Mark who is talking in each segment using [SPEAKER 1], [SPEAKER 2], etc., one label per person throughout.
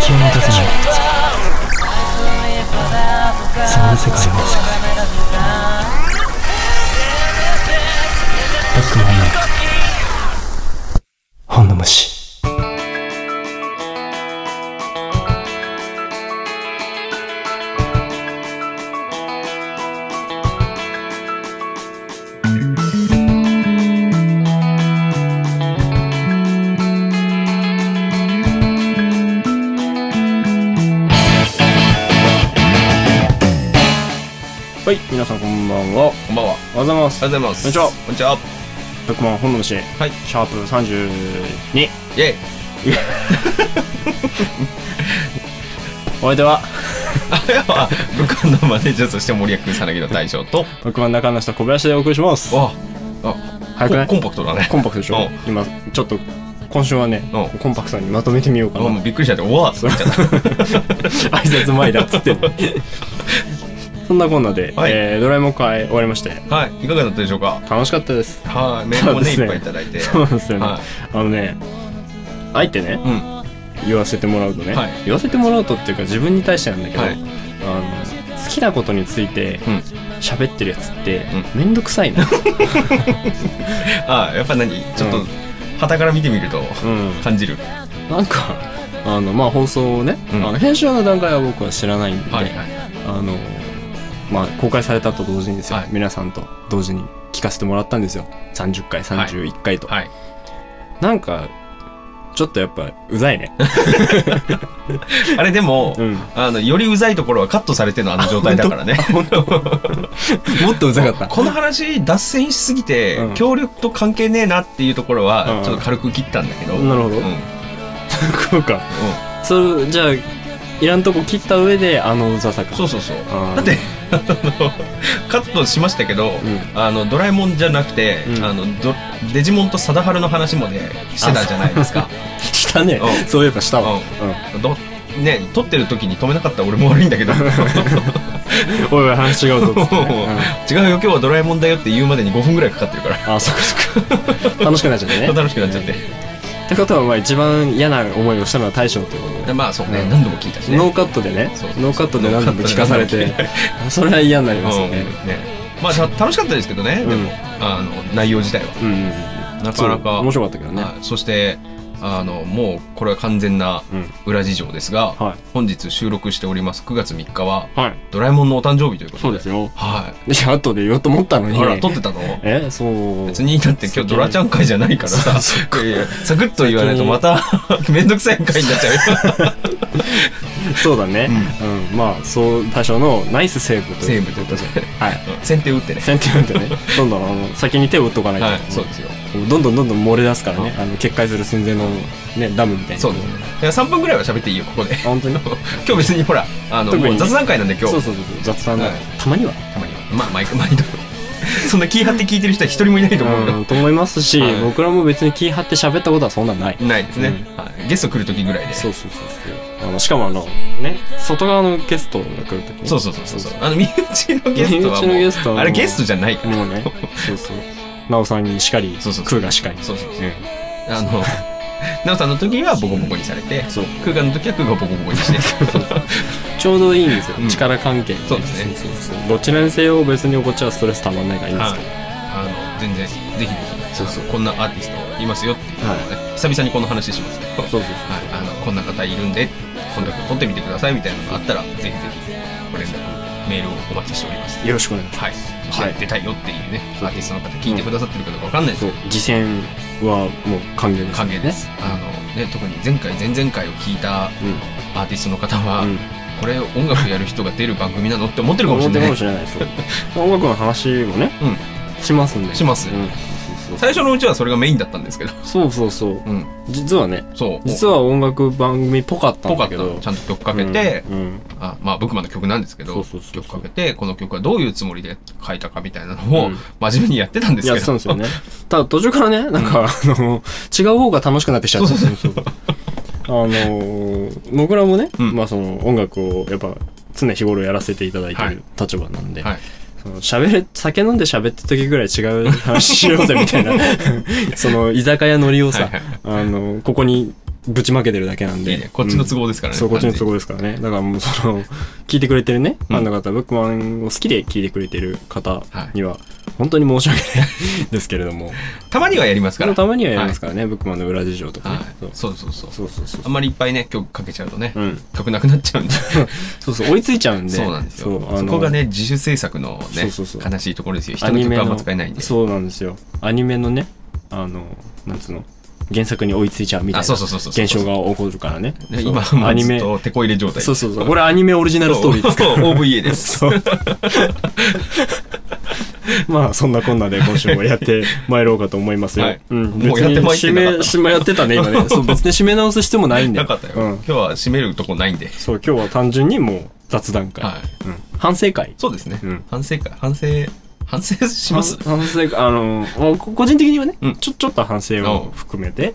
[SPEAKER 1] 敵を持たせないそんな世界をバックマンの本の虫
[SPEAKER 2] はい、皆さんこんばんは。おはよ
[SPEAKER 3] こんばんは。
[SPEAKER 2] うございます
[SPEAKER 3] あ。りがとうございます。
[SPEAKER 2] こんにちは
[SPEAKER 3] こんにちは。
[SPEAKER 2] 特番本の虫、
[SPEAKER 3] はい
[SPEAKER 2] シャープ32。
[SPEAKER 3] イェイ。
[SPEAKER 2] お相手は、
[SPEAKER 3] あれは、 武漢のマネージャーとして森役さなぎの大将 と、
[SPEAKER 2] 特番中の人小林でお送りします。
[SPEAKER 3] わあ、
[SPEAKER 2] 早くない
[SPEAKER 3] コンパクトだね。
[SPEAKER 2] コンパクトでしょ
[SPEAKER 3] う
[SPEAKER 2] 今、ちょっと、今週はね
[SPEAKER 3] う、
[SPEAKER 2] コンパクトにまとめてみようか
[SPEAKER 3] あ
[SPEAKER 2] な。
[SPEAKER 3] もうびっくりしちゃって、おわーって言っちゃった。
[SPEAKER 2] 挨拶前だっつ って。そんなこんなで、
[SPEAKER 3] はい
[SPEAKER 2] えードラえもん会終わりまして、
[SPEAKER 3] はい、いかがだったでしょうか
[SPEAKER 2] 楽しかった です。
[SPEAKER 3] はい、メールもね、
[SPEAKER 2] そですね
[SPEAKER 3] いうっぱいいただいて。
[SPEAKER 2] そうなんですよね。
[SPEAKER 3] は
[SPEAKER 2] あのね、あえてね
[SPEAKER 3] い。、うん。
[SPEAKER 2] 言わせてもらうとね、
[SPEAKER 3] はい
[SPEAKER 2] 言わせてもらうとっていうか自分に対してなんだけど、
[SPEAKER 3] はい
[SPEAKER 2] あの好きなことについて
[SPEAKER 3] うん
[SPEAKER 2] 喋ってるやつって
[SPEAKER 3] う
[SPEAKER 2] めんどくさいな、
[SPEAKER 3] あ、やっぱ何ちょっ
[SPEAKER 2] う
[SPEAKER 3] と
[SPEAKER 2] ん、
[SPEAKER 3] 旗から見てみると、
[SPEAKER 2] うん、
[SPEAKER 3] 感じる。
[SPEAKER 2] なんかあのまあ放送をね、
[SPEAKER 3] うん
[SPEAKER 2] あの編集の段階は僕は知らないんで、
[SPEAKER 3] はい、はい。
[SPEAKER 2] あのまあ公開されたと同時にですよ、
[SPEAKER 3] はい
[SPEAKER 2] 皆さんと同時に聞かせてもらったんですよ30回31回と、
[SPEAKER 3] はい。
[SPEAKER 2] なんかちょっとやっぱうざいね、
[SPEAKER 3] あれでも
[SPEAKER 2] う、ん、
[SPEAKER 3] あの、よりうざいところはカットされてのあの状態だからね。
[SPEAKER 2] もっとうざかった
[SPEAKER 3] この話、脱線しすぎて
[SPEAKER 2] うん、
[SPEAKER 3] 協力と関係ねえなっていうところ
[SPEAKER 2] う
[SPEAKER 3] は
[SPEAKER 2] ん、
[SPEAKER 3] ちょっと軽く切ったんだけど。
[SPEAKER 2] なるほど
[SPEAKER 3] うん。うん。
[SPEAKER 2] そうかそうじゃあいらんとこ切った上であのうざさか
[SPEAKER 3] そうそうそう。
[SPEAKER 2] あー
[SPEAKER 3] だって、 あの、カットしましたけど、
[SPEAKER 2] ん
[SPEAKER 3] あの、ドラえもんじゃなくて、
[SPEAKER 2] うん
[SPEAKER 3] あの、ドデジモンと貞治の話もね、してたじゃないですか。
[SPEAKER 2] したね
[SPEAKER 3] う
[SPEAKER 2] そういえばしたわう
[SPEAKER 3] う
[SPEAKER 2] んん
[SPEAKER 3] どね、撮ってる時に止めなかったら俺も悪いん だけど。
[SPEAKER 2] おいおい話違うぞっつってね
[SPEAKER 3] 違うよ、今日はドラえもんだよって言うまでに5分ぐらいかかってるから。
[SPEAKER 2] うんあそっかそっか楽しくなっちゃ ってね
[SPEAKER 3] 楽しくなっちゃって。
[SPEAKER 2] ってことはまあ一番嫌な思いをしたのは大将ということ
[SPEAKER 3] で
[SPEAKER 2] で
[SPEAKER 3] まあそうね、
[SPEAKER 2] うん
[SPEAKER 3] 何度も聞いたしね。
[SPEAKER 2] ノーカットでね
[SPEAKER 3] そう
[SPEAKER 2] ノーカットで何度も聞かされ
[SPEAKER 3] ノ
[SPEAKER 2] て
[SPEAKER 3] ーカット で
[SPEAKER 2] それは嫌になります
[SPEAKER 3] う
[SPEAKER 2] よ
[SPEAKER 3] ん
[SPEAKER 2] ね
[SPEAKER 3] ねまあた楽しかったですけどね、で
[SPEAKER 2] うん
[SPEAKER 3] も、あの、内容自体は。
[SPEAKER 2] うん
[SPEAKER 3] なかな
[SPEAKER 2] そう
[SPEAKER 3] か。
[SPEAKER 2] 面白かったけどね
[SPEAKER 3] はいそして、あの、もう、これは完全な
[SPEAKER 2] うん
[SPEAKER 3] 裏事情ですが、
[SPEAKER 2] は
[SPEAKER 3] 本日収録しております9月3日は、
[SPEAKER 2] いはい
[SPEAKER 3] ドラえもんのお誕生日ということで。
[SPEAKER 2] そうですよ
[SPEAKER 3] は
[SPEAKER 2] で後で言おうと思ったの
[SPEAKER 3] い。
[SPEAKER 2] に
[SPEAKER 3] ほら、撮ってたの
[SPEAKER 2] えそう
[SPEAKER 3] 別に、だって今日ドラちゃん会じゃないからさ、いやいやサクッと言わないとまた、めんどくさい会になっちゃ うよ。
[SPEAKER 2] そうだねうんまあそう多少のナイスセーブと
[SPEAKER 3] セ
[SPEAKER 2] いう
[SPEAKER 3] ーブってことで。
[SPEAKER 2] はい
[SPEAKER 3] うん先手打ってね。
[SPEAKER 2] 先手打ってねどんどんあの先に手を打っとかないと、
[SPEAKER 3] はい、そうですよ。
[SPEAKER 2] どんどんどんどん漏れ出すからね、あの決壊する寸前の、ね、ダムみたいな
[SPEAKER 3] そうですね。いや3分ぐらいは喋っていいよ、ここで。
[SPEAKER 2] あ本当に
[SPEAKER 3] 今日別にほら、あの、
[SPEAKER 2] 特にね
[SPEAKER 3] もう雑談会なんで今
[SPEAKER 2] そう
[SPEAKER 3] 日、
[SPEAKER 2] そうそう雑談だ、
[SPEAKER 3] はい
[SPEAKER 2] たまには
[SPEAKER 3] たまには。まあ、毎 回、毎度。そんな気張って聞いてる人は一人もいないと思うよ。
[SPEAKER 2] うんと思いますし、
[SPEAKER 3] はい
[SPEAKER 2] 僕らも別に気張って喋ったことはそんなない、
[SPEAKER 3] ないですね、
[SPEAKER 2] う
[SPEAKER 3] はいゲスト来る時ぐらいでそ
[SPEAKER 2] そううそうそうそうあのしかもあのね外側のゲストが来るとき、ね、
[SPEAKER 3] そうそうそうそうあの身内のゲストは
[SPEAKER 2] 身内
[SPEAKER 3] も
[SPEAKER 2] の
[SPEAKER 3] う
[SPEAKER 2] ゲストはもう
[SPEAKER 3] あれゲストじゃないから、
[SPEAKER 2] もう ねそうそうなおさんにしかり
[SPEAKER 3] そうそうそ
[SPEAKER 2] 空
[SPEAKER 3] う
[SPEAKER 2] がしかり
[SPEAKER 3] そうそうそう
[SPEAKER 2] うん
[SPEAKER 3] あの 奈緒さんの時はボコボコにされて
[SPEAKER 2] そう
[SPEAKER 3] 空間の時は空がボコボコにして
[SPEAKER 2] ちょうどいいんですよ、
[SPEAKER 3] うん
[SPEAKER 2] 力関係、
[SPEAKER 3] そうですね
[SPEAKER 2] そうそうどちらにせよ別にこっちはストレスたまんないからいいんですけど、
[SPEAKER 3] あの全然ぜひぜひ
[SPEAKER 2] そうそう
[SPEAKER 3] あのこんなアーティストいますよっていうのをね、久々にこの話しますけど
[SPEAKER 2] そうそう
[SPEAKER 3] はい、あのこんな方いるんで今度撮ってみてくださいみたいなのがあったらぜひぜひご連絡メールをお待ちしております
[SPEAKER 2] よろしくお願いします
[SPEAKER 3] はい、
[SPEAKER 2] はい
[SPEAKER 3] 出たいよっていうねア
[SPEAKER 2] そう
[SPEAKER 3] ーティストの方聞いてくださってるかどうかわかんないですけ
[SPEAKER 2] そ
[SPEAKER 3] ど
[SPEAKER 2] う次戦はもう歓迎です、ね、
[SPEAKER 3] 歓迎です、あのね、特に前回前々回を聞いた
[SPEAKER 2] う
[SPEAKER 3] アーティストの方は、
[SPEAKER 2] ん、うん、
[SPEAKER 3] これ音楽やる人が出る番組なのって思ってるかもしれ
[SPEAKER 2] 思って
[SPEAKER 3] な
[SPEAKER 2] る
[SPEAKER 3] い
[SPEAKER 2] かもしれない ですよ音楽の話もね、しますんで
[SPEAKER 3] します
[SPEAKER 2] うん、
[SPEAKER 3] 最初のうちはそれがメインだったんですけど、
[SPEAKER 2] そうそうそうそう
[SPEAKER 3] うん、
[SPEAKER 2] 実はね
[SPEAKER 3] そう
[SPEAKER 2] 実は音楽番組っぽかった
[SPEAKER 3] ぽ
[SPEAKER 2] ん
[SPEAKER 3] かっ
[SPEAKER 2] だけ
[SPEAKER 3] たの
[SPEAKER 2] ど
[SPEAKER 3] ちゃんと曲かけて、
[SPEAKER 2] うんうん
[SPEAKER 3] あまあブックマンの曲なんですけど
[SPEAKER 2] そうそうそうそう
[SPEAKER 3] 曲かけてこの曲はどういうつもりで書いたかみたいなのを、
[SPEAKER 2] うん
[SPEAKER 3] 真面目にやってたんです
[SPEAKER 2] や
[SPEAKER 3] け
[SPEAKER 2] ってた
[SPEAKER 3] ど
[SPEAKER 2] んですよ ねただ途中からねなんか、あの違う方が楽しくなってきちゃった
[SPEAKER 3] そうそう
[SPEAKER 2] そうあの僕らもね、
[SPEAKER 3] うん
[SPEAKER 2] まあその音楽をやっぱ常日頃やらせていただいて
[SPEAKER 3] はい
[SPEAKER 2] る立場なんで、
[SPEAKER 3] はい、
[SPEAKER 2] その喋れ、酒飲んで喋った時ぐらい違う 話しようぜみたいな、その居酒屋乗りをさ
[SPEAKER 3] はいはい、
[SPEAKER 2] あの、ここにぶちまけてるだけなんで。
[SPEAKER 3] いいねこっちの都合ですからね
[SPEAKER 2] うんそう、こっちの
[SPEAKER 3] 完
[SPEAKER 2] 都
[SPEAKER 3] 全に
[SPEAKER 2] 合ですからね。だからもうその、聞いてくれてるね、
[SPEAKER 3] うん
[SPEAKER 2] ファンの方、ブックマンを好きで聞いてくれてる方
[SPEAKER 3] はい
[SPEAKER 2] には、本当に申し訳ないですけれども、
[SPEAKER 3] たまにはやりますから。
[SPEAKER 2] たまにはやりますからね、ブックマンの裏事情とかね。
[SPEAKER 3] はいそうそうそう。
[SPEAKER 2] そうそうそうそう
[SPEAKER 3] あんまりいっぱいね、曲かけちゃうとね、
[SPEAKER 2] うん。
[SPEAKER 3] 曲なくなっちゃうんで。
[SPEAKER 2] そうそう、追いついちゃうんで。
[SPEAKER 3] そうなんですよ。
[SPEAKER 2] そうあの
[SPEAKER 3] そこがね、自主制作のね
[SPEAKER 2] そうそうそう
[SPEAKER 3] 悲しいところですよ。
[SPEAKER 2] ア
[SPEAKER 3] 人の
[SPEAKER 2] ニ
[SPEAKER 3] 曲
[SPEAKER 2] メ
[SPEAKER 3] はあん
[SPEAKER 2] の
[SPEAKER 3] ま使えないんで。
[SPEAKER 2] そうなんですよアニメのねあのなんつうの原作に追いついちゃうみたい
[SPEAKER 3] あ、
[SPEAKER 2] な
[SPEAKER 3] そうそう
[SPEAKER 2] 現
[SPEAKER 3] そうそう。
[SPEAKER 2] 象が起こるからねそ
[SPEAKER 3] ね。
[SPEAKER 2] う
[SPEAKER 3] 今はも
[SPEAKER 2] ア
[SPEAKER 3] う
[SPEAKER 2] ニ
[SPEAKER 3] ずっ
[SPEAKER 2] メ
[SPEAKER 3] と手こ入れ状態。
[SPEAKER 2] そうそうそうこれアニメオリジナルストーリーですか
[SPEAKER 3] そう OVA で
[SPEAKER 2] ら
[SPEAKER 3] す。
[SPEAKER 2] そう まあそんなこんなで今週もやってまいろうかと思いますよ、
[SPEAKER 3] はい
[SPEAKER 2] うん、
[SPEAKER 3] もうやってまいって
[SPEAKER 2] 締
[SPEAKER 3] なかった
[SPEAKER 2] め締めやってたね今 ねそう別に締め直す必要も ないんだ
[SPEAKER 3] なかったよ。
[SPEAKER 2] うん
[SPEAKER 3] 今、日は締めるとこないんで。
[SPEAKER 2] そう今日は単純にもう雑談会、
[SPEAKER 3] はい。
[SPEAKER 2] うん、反省会
[SPEAKER 3] そうですね。
[SPEAKER 2] うん
[SPEAKER 3] 反省会、反省、反省します
[SPEAKER 2] 反反省会あのもうこ個人的にはね、
[SPEAKER 3] うん
[SPEAKER 2] ちょちょっと反省を含めて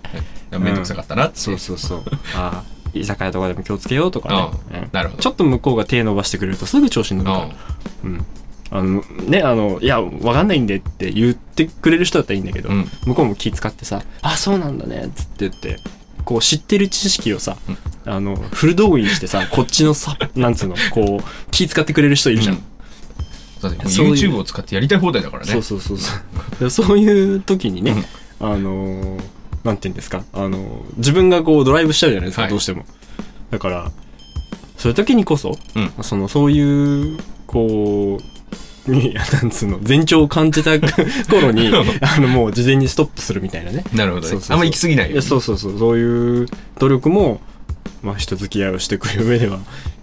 [SPEAKER 3] めんどくさかったなって。
[SPEAKER 2] そうそう そう。ああ、居酒屋とかでも気をつけようとかね。うん
[SPEAKER 3] なるほど。
[SPEAKER 2] ちょっと向こうが手伸ばしてくれるとすぐ調子に乗るから。うん。あの、ね、あの、いや、わかんないんでって言ってくれる人だったらいいんだけど、
[SPEAKER 3] うん
[SPEAKER 2] 向こうも気使ってさ、あ、そうなんだね、つって言って、こう知ってる知識をさ、あの、フル動員してさ、こっ ちのさ、なんつうの、こう、気使ってくれる人いるじゃん。
[SPEAKER 3] うんだってもう
[SPEAKER 2] そういう
[SPEAKER 3] YouTube を使ってやりたい放題だからね。
[SPEAKER 2] そうそうそうそう。でそういう時にね、あのーなんて言うんですか、あのー自分がこうドライブしちゃうじゃないですか、
[SPEAKER 3] はい
[SPEAKER 2] どうしても。だから、そういう時にこそ、
[SPEAKER 3] うん
[SPEAKER 2] その、そういう、こう、に なんつうの、前兆を感じた頃 に、あの、もう事前にストップするみたいなね。
[SPEAKER 3] なるほど
[SPEAKER 2] そ
[SPEAKER 3] ね
[SPEAKER 2] うそう。そう
[SPEAKER 3] あんま行き過ぎない
[SPEAKER 2] い
[SPEAKER 3] よう
[SPEAKER 2] や
[SPEAKER 3] に。
[SPEAKER 2] そうそうそう、そういう努力も、まあ、人付き合いをしていくる上では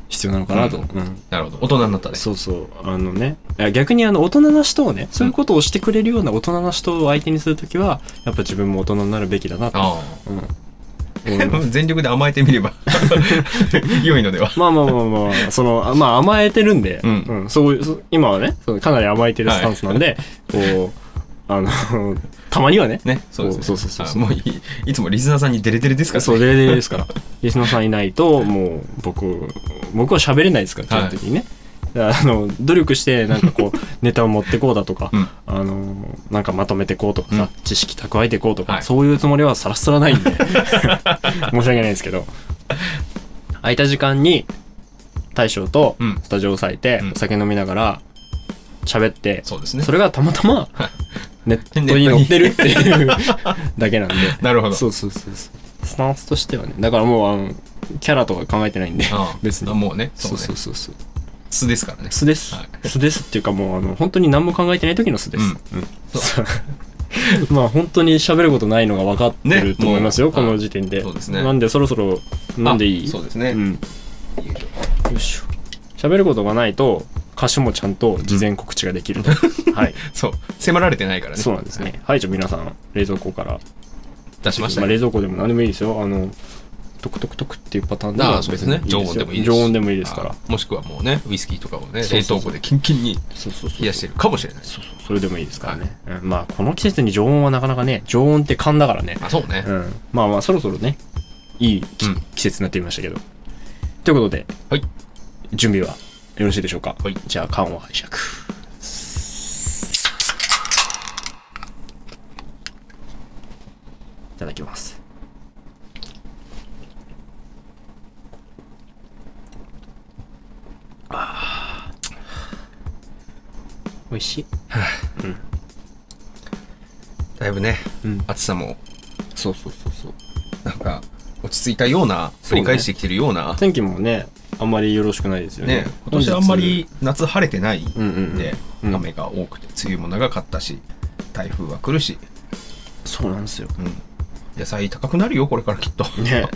[SPEAKER 2] 必要なのかなと。
[SPEAKER 3] うん
[SPEAKER 2] うん
[SPEAKER 3] なるほど。大人になったね。
[SPEAKER 2] そうそうあのねいや逆にあの大人の人をねそういうことをしてくれるような大人の人を相手にするときはやっぱ自分も大人になるべきだなと
[SPEAKER 3] あ
[SPEAKER 2] うん 思いま
[SPEAKER 3] あ
[SPEAKER 2] す
[SPEAKER 3] 全力で甘えてみれば 良いのでは。
[SPEAKER 2] まあまあまあまあそのあまあ甘えてるんで、
[SPEAKER 3] うん
[SPEAKER 2] そういうそ今はねそのかなり甘えてるスタンスなんで、こうあのたまにはね
[SPEAKER 3] ね、そうですね。
[SPEAKER 2] そうそうそうそう
[SPEAKER 3] あもういい、いつもリスナーさんにデレデレですからね
[SPEAKER 2] そう、デレデレですから。リスナーさんいないと、もう、僕、僕は喋れないですから、基
[SPEAKER 3] は
[SPEAKER 2] 本
[SPEAKER 3] い
[SPEAKER 2] 的にね。だからあの、努力して、なんかこう、ネタを持ってこうだとか、
[SPEAKER 3] うん
[SPEAKER 2] あの、なんかまとめてこうとかさ、
[SPEAKER 3] うん
[SPEAKER 2] 知識蓄えてこうとか、
[SPEAKER 3] はい
[SPEAKER 2] そういうつもりはさらさら ないんで、申し訳ないですけど、空いた時間に、大将と
[SPEAKER 3] うん
[SPEAKER 2] スタジオを割いて
[SPEAKER 3] うん、
[SPEAKER 2] お酒飲みながら、喋って、
[SPEAKER 3] そうですね。
[SPEAKER 2] それがたまた ま
[SPEAKER 3] はい、
[SPEAKER 2] ネットに載ってるって いうだけなんで。
[SPEAKER 3] なるほど。
[SPEAKER 2] そうそうそうそうスタンスとしてはねだからもうあのキャラとか考えてないんで
[SPEAKER 3] ああ
[SPEAKER 2] 別に
[SPEAKER 3] あもうね、そ
[SPEAKER 2] そううそう
[SPEAKER 3] ね。
[SPEAKER 2] そうそう
[SPEAKER 3] 素ですからね。
[SPEAKER 2] 素です、
[SPEAKER 3] はい
[SPEAKER 2] 素ですっていうかもうあの本当に何も考えてない時の素です、うんそう まあ本当に喋ることないのが分かってると思いますよ、
[SPEAKER 3] ねも
[SPEAKER 2] こ
[SPEAKER 3] う
[SPEAKER 2] の時点で
[SPEAKER 3] そうですね
[SPEAKER 2] なんでそろそろ飲んでいい
[SPEAKER 3] あそうですね。
[SPEAKER 2] うん、よいしょ喋ることがないと歌詞もちゃんと事前告知ができると、はい
[SPEAKER 3] そう。迫られてないからね。
[SPEAKER 2] そうなんですねはいじゃあ皆さん冷蔵庫から
[SPEAKER 3] 出しました
[SPEAKER 2] あ、
[SPEAKER 3] よ。
[SPEAKER 2] 冷蔵庫でも何でもいいですよあのトクトクトクっていうパターンで
[SPEAKER 3] あ
[SPEAKER 2] も
[SPEAKER 3] あ、そうですね。常温でもいいです
[SPEAKER 2] よ
[SPEAKER 3] し。
[SPEAKER 2] 常温でもいいですから
[SPEAKER 3] ああ。もしくはもうね、ウイスキーとかをね、
[SPEAKER 2] そう
[SPEAKER 3] 冷
[SPEAKER 2] そうそ
[SPEAKER 3] 凍
[SPEAKER 2] う
[SPEAKER 3] 庫でキンキンに
[SPEAKER 2] そうそうそう
[SPEAKER 3] 冷やしてるかもしれない。
[SPEAKER 2] そうそうそれでもいいですからね、うんまあこの季節に常温はなかなかね常温って勘だからね、
[SPEAKER 3] あ、そうね
[SPEAKER 2] う。ん、まあまあそろそろねいいき、
[SPEAKER 3] うん
[SPEAKER 2] 季節になってみましたけどということで、
[SPEAKER 3] はい
[SPEAKER 2] 準備はよろしいでしょうか、
[SPEAKER 3] はい
[SPEAKER 2] じゃあ缶を拝借いただきますおいしい
[SPEAKER 3] だいぶね、
[SPEAKER 2] うん
[SPEAKER 3] 暑さも、
[SPEAKER 2] そうそうそうそう
[SPEAKER 3] なんか、落ち着いたような、
[SPEAKER 2] そう
[SPEAKER 3] 繰
[SPEAKER 2] ね
[SPEAKER 3] り返してきてるような、
[SPEAKER 2] 天気もねあんまりよろしくないですよね
[SPEAKER 3] ね、今年はあんまり夏晴れてない
[SPEAKER 2] うんうんうん
[SPEAKER 3] んで、
[SPEAKER 2] うん
[SPEAKER 3] 雨が多くて、梅雨も長かったし、台風は来るし、
[SPEAKER 2] そうなんですよ
[SPEAKER 3] うん野菜高くなるよ、これからきっと。
[SPEAKER 2] ね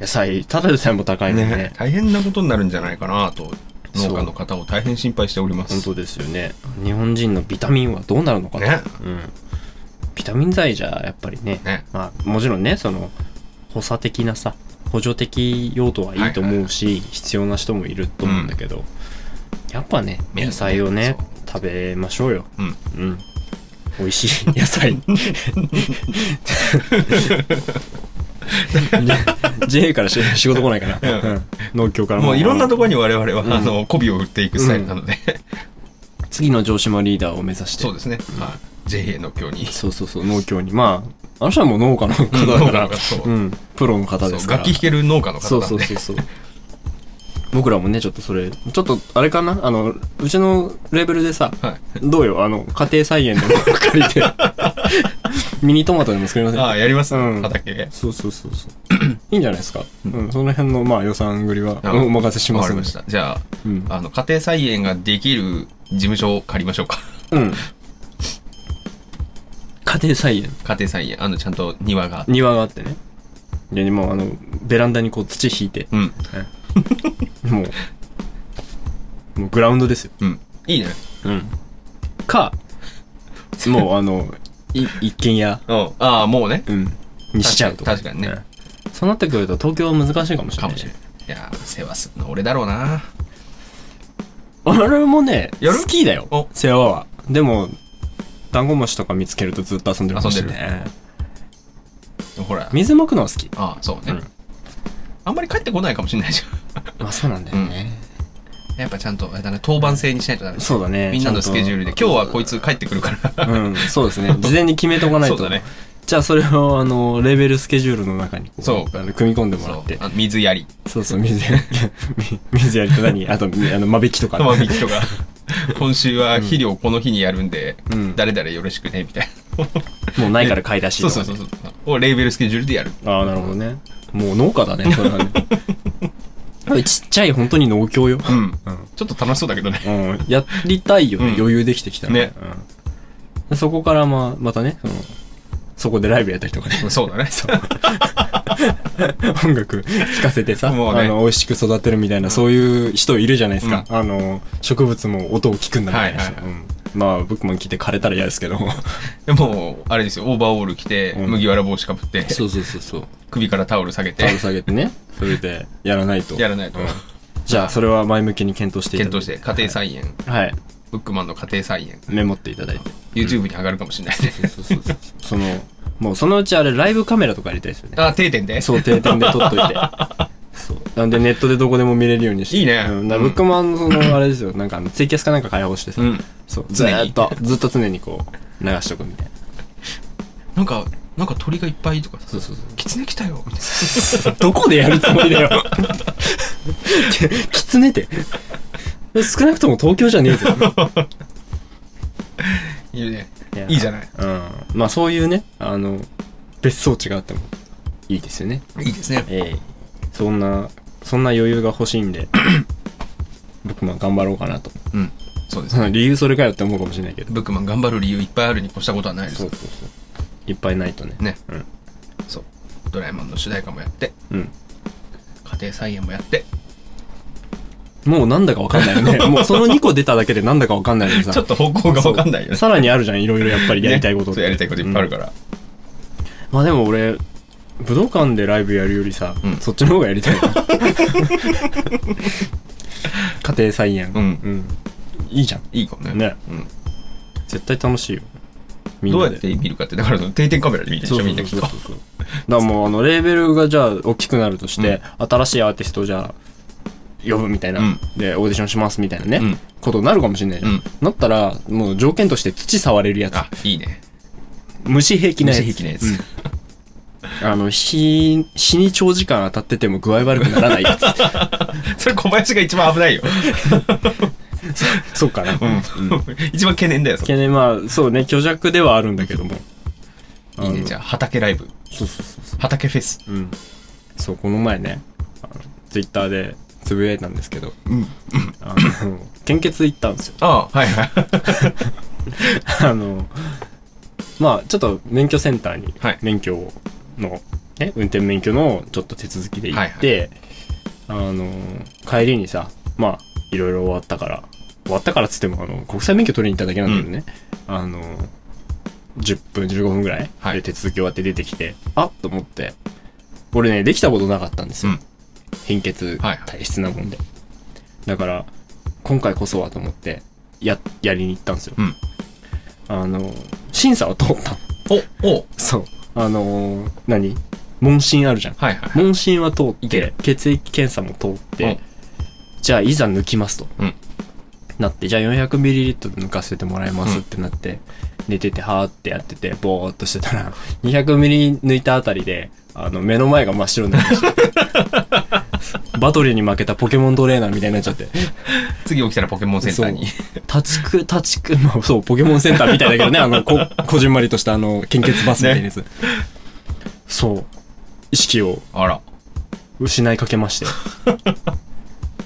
[SPEAKER 2] 野菜ただでさえも高いのにね
[SPEAKER 3] ね、大変なことになるんじゃないかなと、
[SPEAKER 2] そう
[SPEAKER 3] 農家の方を大変心配しておりま
[SPEAKER 2] 本
[SPEAKER 3] す。
[SPEAKER 2] 当ですよね日本人のビタミンはどうなるのかと、
[SPEAKER 3] ね
[SPEAKER 2] うん、ビタミン剤じゃやっぱりね
[SPEAKER 3] ね
[SPEAKER 2] まあ、もちろんねその補佐的なさ補助的用途はいいと思うし、必要な人もいると思うんだけど、やっぱね
[SPEAKER 3] ね
[SPEAKER 2] 野菜をね
[SPEAKER 3] そう
[SPEAKER 2] 食べましょうよ
[SPEAKER 3] うん。
[SPEAKER 2] うん美味 しい野菜 JA からし仕事来ないかな、
[SPEAKER 3] うん
[SPEAKER 2] うん農協から
[SPEAKER 3] もういろんなところに我々は、
[SPEAKER 2] うん
[SPEAKER 3] あの、媚びを売っていくスタイルなので、
[SPEAKER 2] 次の城島リーダーを目指して
[SPEAKER 3] そうですね。まあ、JA の今日に。
[SPEAKER 2] そうそうそう農協にまああの人はもう農家の方だから、、
[SPEAKER 3] そううん
[SPEAKER 2] プロの方です
[SPEAKER 3] そう
[SPEAKER 2] から
[SPEAKER 3] 楽器弾ける農家の方
[SPEAKER 2] そう
[SPEAKER 3] なんで
[SPEAKER 2] そうそうそう僕らもねちょっとそれちょっとあれかなあのうちのレーベルでさ
[SPEAKER 3] はい
[SPEAKER 2] どうよあの家庭菜園でも借りて ミニトマトでも作りません
[SPEAKER 3] ああやります、
[SPEAKER 2] うん
[SPEAKER 3] 畑
[SPEAKER 2] そうそうそう そういいんじゃないですか、うん、その辺のまあ予算繰りは
[SPEAKER 3] あ
[SPEAKER 2] お任せしま
[SPEAKER 3] わか
[SPEAKER 2] す
[SPEAKER 3] り
[SPEAKER 2] んで
[SPEAKER 3] ましたじゃ
[SPEAKER 2] うん
[SPEAKER 3] ああの家庭菜園ができる事務所を借りましょうか
[SPEAKER 2] うん家庭菜園
[SPEAKER 3] 家庭菜園あのちゃんと庭があって
[SPEAKER 2] 庭があってねでもうあのベランダにこう土引い て
[SPEAKER 3] うん
[SPEAKER 2] もうもうグラウンドですよ
[SPEAKER 3] うんいいね
[SPEAKER 2] うんかもうあのい一軒家
[SPEAKER 3] うんああもうね
[SPEAKER 2] うんにしちゃうと
[SPEAKER 3] 確かに確かに
[SPEAKER 2] うんそうなってくると東京は難しいかもしれ
[SPEAKER 3] か
[SPEAKER 2] ない
[SPEAKER 3] もしれないいやー世話するの俺だろうな
[SPEAKER 2] 俺もね
[SPEAKER 3] やる
[SPEAKER 2] 好きだよ
[SPEAKER 3] お
[SPEAKER 2] 世話はでもダンゴムシとか見つけるとずっと遊んでるかもしれ
[SPEAKER 3] 遊
[SPEAKER 2] ない
[SPEAKER 3] ほら
[SPEAKER 2] 水まくのは好き
[SPEAKER 3] ああそうね、
[SPEAKER 2] うん
[SPEAKER 3] あんまり帰ってこないかもしれないじ
[SPEAKER 2] まあそうなんだよね、
[SPEAKER 3] ゃんやっぱちゃんとあれだね当番制にしないとダメ
[SPEAKER 2] そうだね
[SPEAKER 3] みんなのスケジュールで今日はこいつ帰ってくるから
[SPEAKER 2] うんそうです ね事前に決めとかないと
[SPEAKER 3] そうだね
[SPEAKER 2] じゃあそれをあのレベルスケジュールの中にこ
[SPEAKER 3] そう
[SPEAKER 2] あの組み込んでも
[SPEAKER 3] そ
[SPEAKER 2] らっ
[SPEAKER 3] う
[SPEAKER 2] て
[SPEAKER 3] あ水やり
[SPEAKER 2] そうそう水 やり水やりと何あとみあの間引きとか
[SPEAKER 3] 玉引きと か今週は肥料この日にやるんで、
[SPEAKER 2] うん
[SPEAKER 3] 誰々よろしくねみたいな
[SPEAKER 2] もうないから買い出し
[SPEAKER 3] そ
[SPEAKER 2] とか
[SPEAKER 3] うそ
[SPEAKER 2] ね
[SPEAKER 3] うそうそうをレーベルスケジュールでやる
[SPEAKER 2] ああなるほどねもう農家だねそれ はねこれちっちゃい本当に農協よ
[SPEAKER 3] うん、ちょっと楽しそうだけどね
[SPEAKER 2] うん、やりたいよね、
[SPEAKER 3] うん
[SPEAKER 2] 余裕できてきたら
[SPEAKER 3] ね
[SPEAKER 2] うんでそこからまあまたねそのそこでライブやったりとかね
[SPEAKER 3] そうだね
[SPEAKER 2] 音楽聴かせてさ、
[SPEAKER 3] もうね
[SPEAKER 2] あの美味しく育てるみたいな、そういう人いるじゃないですか、あの植物も音を聞くんだみたいな人、
[SPEAKER 3] はいはい
[SPEAKER 2] うんまあブックマン聞いて枯れたら嫌ですけど
[SPEAKER 3] でもうあれですよオーバーオール着て、
[SPEAKER 2] うん
[SPEAKER 3] 麦わら帽子かぶって
[SPEAKER 2] うそうそうそう
[SPEAKER 3] 首からタオル下げ て
[SPEAKER 2] タオル下げてねそれでやらないと
[SPEAKER 3] やらないと
[SPEAKER 2] うんじゃあそれは前向きに検討していただ
[SPEAKER 3] 検
[SPEAKER 2] い
[SPEAKER 3] 討して家庭菜園、
[SPEAKER 2] はい、はい
[SPEAKER 3] ブックマンの家庭菜園
[SPEAKER 2] メモっていただいて
[SPEAKER 3] YouTube に上がるかもしれないね、
[SPEAKER 2] そうそうそう そのもうそのうちあれライブカメラとかやりたいですよね
[SPEAKER 3] あ定点で
[SPEAKER 2] そう、定点で撮っといて。そう。なんでネットでどこでも見れるようにして。
[SPEAKER 3] いいね
[SPEAKER 2] うん、だから
[SPEAKER 3] うん
[SPEAKER 2] ブックマンのその、あれですよ、なんかあのツイキャスかなんか開放してさ。
[SPEAKER 3] うん
[SPEAKER 2] そう。ず
[SPEAKER 3] 常に
[SPEAKER 2] ーっと、ずっと常にこう、流しとくみたいな。
[SPEAKER 3] なんかなんか鳥がいっぱいとか
[SPEAKER 2] そうそう
[SPEAKER 3] キツネ来たよみたい
[SPEAKER 2] そう。 どこでやるつもりだよ。 きつねて。少なくとも東京じゃねえぞ。
[SPEAKER 3] ないいね
[SPEAKER 2] や
[SPEAKER 3] いいじゃない
[SPEAKER 2] うん。まあそういうね、あの、別荘地があってもいいですよね。
[SPEAKER 3] いいですね
[SPEAKER 2] ええそんな、そんな余裕が欲しいん で、ブックマン頑張ろうかなと。
[SPEAKER 3] うんそうです
[SPEAKER 2] そ
[SPEAKER 3] ね
[SPEAKER 2] の理由それかよって思うかもしれないけど。
[SPEAKER 3] ブックマン頑張る理由いっぱいあるに越したことはないです
[SPEAKER 2] そうそうそう。いっぱいないとね。
[SPEAKER 3] ね
[SPEAKER 2] うん。
[SPEAKER 3] そうドラえもんの主題歌もやって
[SPEAKER 2] うん。
[SPEAKER 3] 家庭菜園もやって
[SPEAKER 2] もうなんだかわかんないよ ね。もうその2個出ただけでなんだかわかんないのにさ。
[SPEAKER 3] ちょっと方向が分かんないよね
[SPEAKER 2] さらにあるじゃん、いろいろやっぱりやりたいことって。
[SPEAKER 3] ねそうやりたいこといっぱいあるから、
[SPEAKER 2] うんまあでも俺、武道館でライブやるよりさ、
[SPEAKER 3] うん
[SPEAKER 2] そっちの方がやりたい な。家庭菜園。
[SPEAKER 3] うん
[SPEAKER 2] いいじゃん。
[SPEAKER 3] いいかもね
[SPEAKER 2] ね
[SPEAKER 3] うん
[SPEAKER 2] 絶対楽しいよ。みん
[SPEAKER 3] ど
[SPEAKER 2] な
[SPEAKER 3] うや
[SPEAKER 2] で
[SPEAKER 3] っ。て見るかってだから定点カメラで見てるでしょみんなきっと
[SPEAKER 2] そうそうだからもうあのレーベルがじゃあ大きくなるとして、新しいアーティストをじゃあ呼ぶみたいな、
[SPEAKER 3] うん
[SPEAKER 2] でオーディションしますみたいなね、
[SPEAKER 3] うん
[SPEAKER 2] ことになるかもしれないじゃん、
[SPEAKER 3] うん
[SPEAKER 2] なったらもう条件として土触れるやつ
[SPEAKER 3] あいいね
[SPEAKER 2] 虫平気なやつ
[SPEAKER 3] 虫平気なやつ
[SPEAKER 2] うんあの日日に長時間当たってても具合悪くならないやつ
[SPEAKER 3] それ小林が一番危ないよ
[SPEAKER 2] そうかな、
[SPEAKER 3] うん一番懸念だよそれ
[SPEAKER 2] けねまあそうね虚弱ではあるんだけども
[SPEAKER 3] いい
[SPEAKER 2] あ
[SPEAKER 3] ね
[SPEAKER 2] の
[SPEAKER 3] じゃあ畑ライブ
[SPEAKER 2] そうそうそうそ
[SPEAKER 3] 畑フェス
[SPEAKER 2] ううんそうこの前ねツイッターでつぶやいたんですけど
[SPEAKER 3] うん
[SPEAKER 2] あの、献血行ったんですよ。
[SPEAKER 3] ああはいはい
[SPEAKER 2] あの、まあ、ちょっと免許センターに
[SPEAKER 3] はい、
[SPEAKER 2] 免許をの、ね、運転免許のちょっと手続きで行って、あの、帰りにさ、まあ、いろいろ終わったから、終わったからっつっても、あの、国際免許取りに行っただけなんだけどね、あの、10分、15分ぐらい
[SPEAKER 3] は
[SPEAKER 2] で
[SPEAKER 3] い
[SPEAKER 2] 手続き終わって出てきて、あっと思って、俺ね、できたことなかったんですよ。
[SPEAKER 3] うん
[SPEAKER 2] 貧血
[SPEAKER 3] はい
[SPEAKER 2] 体質なもんで、だから今回こそはと思ってややりに行ったんですよ、
[SPEAKER 3] うん
[SPEAKER 2] あの審査は通ったの
[SPEAKER 3] おお
[SPEAKER 2] そうあのー何問診あるじゃん
[SPEAKER 3] はいはい
[SPEAKER 2] 問診は通っ
[SPEAKER 3] い
[SPEAKER 2] て
[SPEAKER 3] ける
[SPEAKER 2] 血液検査も通って、じゃあいざ抜きますと、
[SPEAKER 3] うん
[SPEAKER 2] なって、じゃあ 400ml 抜かせてもらいますってなって、寝てて、はーってやってて、ぼーっとしてたら、200ml 抜いたあたりで、あの、目の前が真っ白になりま した。バトルに負けたポケモントレーナーみたいになっちゃって。
[SPEAKER 3] 次起きたらポケモンセンターに。
[SPEAKER 2] 立ち く、立ちく、まあそう、ポケモンセンターみたいだけどね、あの、こ、こじんまりとしたあの、献血バスみたいなやつ。そう。意識を
[SPEAKER 3] あら、
[SPEAKER 2] 失いかけまして。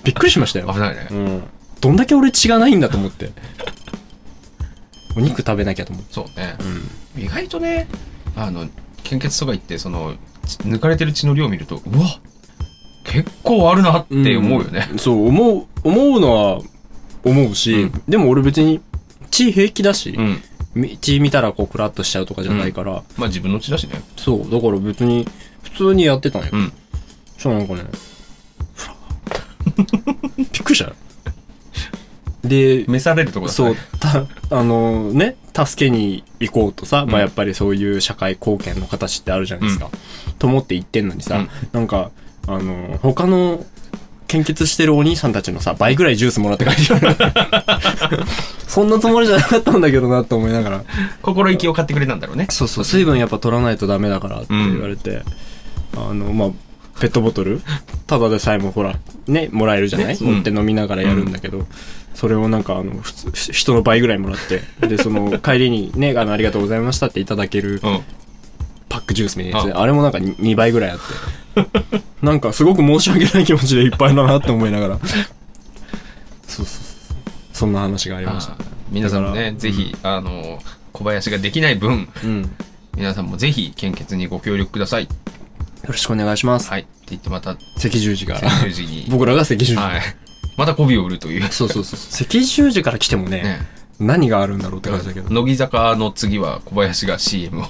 [SPEAKER 2] びっくりしましたよ。
[SPEAKER 3] 危ないね
[SPEAKER 2] う。ん。どんだけ俺血がないんだと思って。お肉食べなきゃと思って。
[SPEAKER 3] そうね
[SPEAKER 2] う。ん。
[SPEAKER 3] 意外とね、あの、献血とか行って、その、血抜かれてる血の量を見ると、うわ結構あるなって思うよね。
[SPEAKER 2] んそう、思う、思うのは思うし、
[SPEAKER 3] うん
[SPEAKER 2] でも俺別に血平気だし、
[SPEAKER 3] うん。
[SPEAKER 2] み血見たらこうクラッとしちゃうとかじゃないから、
[SPEAKER 3] まあ自分の血だしね。
[SPEAKER 2] そう、だから別に普通にやってたんよ。
[SPEAKER 3] うん。
[SPEAKER 2] そうなんかね、びっくりしたよ。で、
[SPEAKER 3] 召されるとこだった
[SPEAKER 2] そう
[SPEAKER 3] ね。、
[SPEAKER 2] た、あのね、助けに行こうとさ、
[SPEAKER 3] ん
[SPEAKER 2] まあやっぱりそういう社会貢献の形ってあるじゃないですか。と思って行ってんのにさ、
[SPEAKER 3] うん
[SPEAKER 2] なんか、あの、他の献血してるお兄さんたちのさ、倍ぐらいジュースもらって帰ってくる。 そんなつもりじゃなかったんだけどなって思いながら。
[SPEAKER 3] 心意気を買ってくれたんだろうね。
[SPEAKER 2] そうそう、水分やっぱ取らないとダメだからって言われて、あの、まあ、ペットボトル、ただでさえもほら、ね、もらえるじゃない、
[SPEAKER 3] ねそう
[SPEAKER 2] 持って飲みながらやるんだけど、それをなんか、あの、普通、ひ人の倍ぐらいもらって、で、そ の、帰りにね、あの、ありがとうございましたっていただける
[SPEAKER 3] うん。
[SPEAKER 2] パックジュースみたいなやつで、あれもなんかに2倍ぐらいあって、なんかすごく申し訳ない気持ちでいっぱいだなって思いながら、そうそうそう、そんな話がありました。
[SPEAKER 3] あー皆さんも
[SPEAKER 2] だから
[SPEAKER 3] ね、ぜひ、あの、小林ができない分、
[SPEAKER 2] うん。よ
[SPEAKER 3] 皆さんもぜひ献血にご協力ください。
[SPEAKER 2] ろしくお願いします。
[SPEAKER 3] はい。って言ってまた、
[SPEAKER 2] 赤十字が。
[SPEAKER 3] 赤十字に。
[SPEAKER 2] 僕らが赤十字。
[SPEAKER 3] はい。また媚びを売る という。
[SPEAKER 2] そうそうそう。赤十字から来てもね、
[SPEAKER 3] ね。
[SPEAKER 2] 何があるんだろうって感じだけど。
[SPEAKER 3] 乃木坂の次は小林が CM を。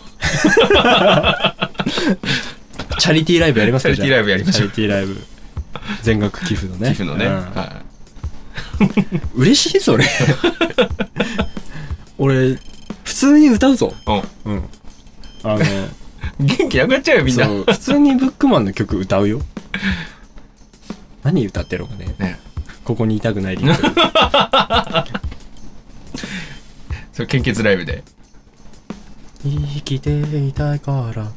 [SPEAKER 2] チャリティーライブやりますか
[SPEAKER 3] チャリティーライブやりましょ
[SPEAKER 2] チャ
[SPEAKER 3] う
[SPEAKER 2] リティーライブ。全額寄付のね。
[SPEAKER 3] 寄付のね。
[SPEAKER 2] うん
[SPEAKER 3] は
[SPEAKER 2] 嬉しいそ れ。俺、普通に歌うぞ。
[SPEAKER 3] い。うん。
[SPEAKER 2] うん。あの、
[SPEAKER 3] 元気なくなっちゃ うよみんな、
[SPEAKER 2] そう、普通にブックマンの曲歌うよ。何歌ってるのかね。
[SPEAKER 3] ね、
[SPEAKER 2] ここにいたくない理由。
[SPEAKER 3] それ献血ライブで、
[SPEAKER 2] 生きていたいから。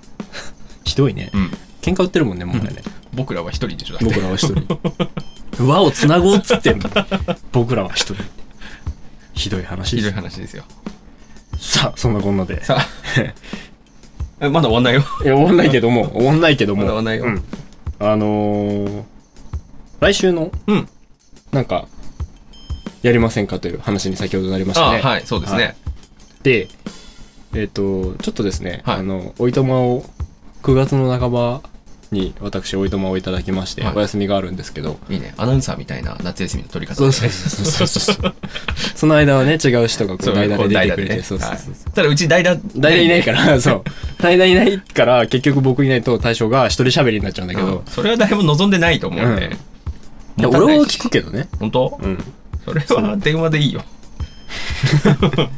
[SPEAKER 2] ひどいね
[SPEAKER 3] う。ん、
[SPEAKER 2] 喧嘩売ってるもんね、もはやね。
[SPEAKER 3] 僕らは一人でしょだって
[SPEAKER 2] 僕らは一人 輪をつなごうっつってんの僕らは一人ひどい話
[SPEAKER 3] ひ
[SPEAKER 2] で
[SPEAKER 3] ど
[SPEAKER 2] す
[SPEAKER 3] い話です よ
[SPEAKER 2] さあそんなこんなで
[SPEAKER 3] さあえまだ終わんないよ
[SPEAKER 2] いや終わんないけども終わんないけども
[SPEAKER 3] まだ終わんないよ
[SPEAKER 2] うんあのー、来週の
[SPEAKER 3] うん
[SPEAKER 2] なんかやりませんかという話に先ほどなりまし
[SPEAKER 3] あ
[SPEAKER 2] たね
[SPEAKER 3] はいそうです
[SPEAKER 2] はい
[SPEAKER 3] ね
[SPEAKER 2] でえっ、とちょっとですね、
[SPEAKER 3] はい
[SPEAKER 2] あのおいとまを9月の半ばに私おいとまをいただきまして、
[SPEAKER 3] はい
[SPEAKER 2] お休みがあるんですけど
[SPEAKER 3] いいねアナウンサーみたいな夏休みの取り方
[SPEAKER 2] そ
[SPEAKER 3] だ
[SPEAKER 2] う
[SPEAKER 3] ね
[SPEAKER 2] そうそうそうそう。その間はね、違う人がこ
[SPEAKER 3] そう
[SPEAKER 2] う代打で出て
[SPEAKER 3] こ
[SPEAKER 2] くれて、
[SPEAKER 3] ね
[SPEAKER 2] そうそうそう。
[SPEAKER 3] はいただうち代打
[SPEAKER 2] 代打いないから、そう。代打いないから、結局僕いないと大将が一人喋りになっちゃうんだけ
[SPEAKER 3] う
[SPEAKER 2] ど
[SPEAKER 3] ん。それは誰も望んでないと思うんで、
[SPEAKER 2] うんい
[SPEAKER 3] 持
[SPEAKER 2] や
[SPEAKER 3] たないし
[SPEAKER 2] 俺は聞くけどね。
[SPEAKER 3] 本当、
[SPEAKER 2] うん。
[SPEAKER 3] それは電話でい いよ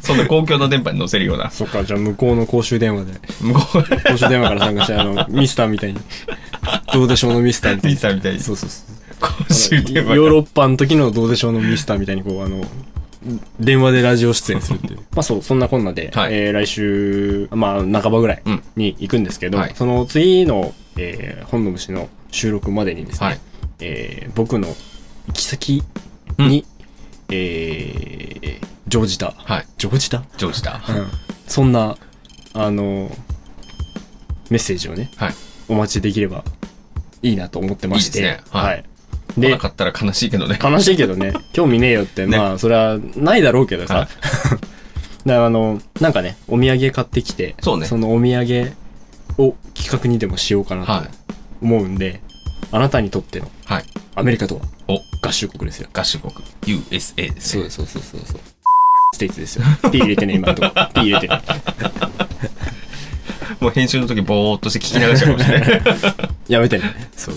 [SPEAKER 3] そんな公共の電波に載せるような
[SPEAKER 2] そっか、じゃあ向こうの公衆電話で。
[SPEAKER 3] 向こう
[SPEAKER 2] 公衆電話から参加して、あ の、ミスターみたいに。どうでしょうのミスターみたい
[SPEAKER 3] ミ
[SPEAKER 2] に
[SPEAKER 3] ス。ターみたいに
[SPEAKER 2] そうそうそう。
[SPEAKER 3] 公 衆電話
[SPEAKER 2] ヨーロッパの時のどうでしょうのミスターみたいに、こう、あの、電話でラジオ出演するっていう。まあそう、そんなこんなで、
[SPEAKER 3] はい
[SPEAKER 2] えー来週、まあ半ばぐらい
[SPEAKER 3] うん
[SPEAKER 2] に行くんですけど、
[SPEAKER 3] はい
[SPEAKER 2] その次の、えー本の虫の収録までにですね、
[SPEAKER 3] はい
[SPEAKER 2] えー僕の行き先に、えー乗じた。
[SPEAKER 3] はい
[SPEAKER 2] 乗じた、
[SPEAKER 3] ジョージだ
[SPEAKER 2] うん、そんな、あの、メッセージをね、
[SPEAKER 3] はい
[SPEAKER 2] お待ちできればいいなと思ってまして。
[SPEAKER 3] いいですねはい
[SPEAKER 2] い
[SPEAKER 3] 来
[SPEAKER 2] で
[SPEAKER 3] なかったら悲しいけどね
[SPEAKER 2] 悲しいけど ね、興味ねえよって、
[SPEAKER 3] ね
[SPEAKER 2] まあ、それはない だろうけどさ。
[SPEAKER 3] は
[SPEAKER 2] だ
[SPEAKER 3] い
[SPEAKER 2] からあの、なんかね、お土産買ってきて、
[SPEAKER 3] そうね
[SPEAKER 2] のお土産を企画にでもしようかな
[SPEAKER 3] は
[SPEAKER 2] と思うんで、あなたにとっての
[SPEAKER 3] いはい
[SPEAKER 2] アメリカとは
[SPEAKER 3] お
[SPEAKER 2] 合衆国ですよ。
[SPEAKER 3] 合衆国 USA ですね
[SPEAKER 2] す、そうそうそうそう。ステイツですよ。P 入れてね、今のとこ。P 入れてね。
[SPEAKER 3] もう編集の時ぼーっとして聞き流しちゃうかもしれない
[SPEAKER 2] やめてね。 そう。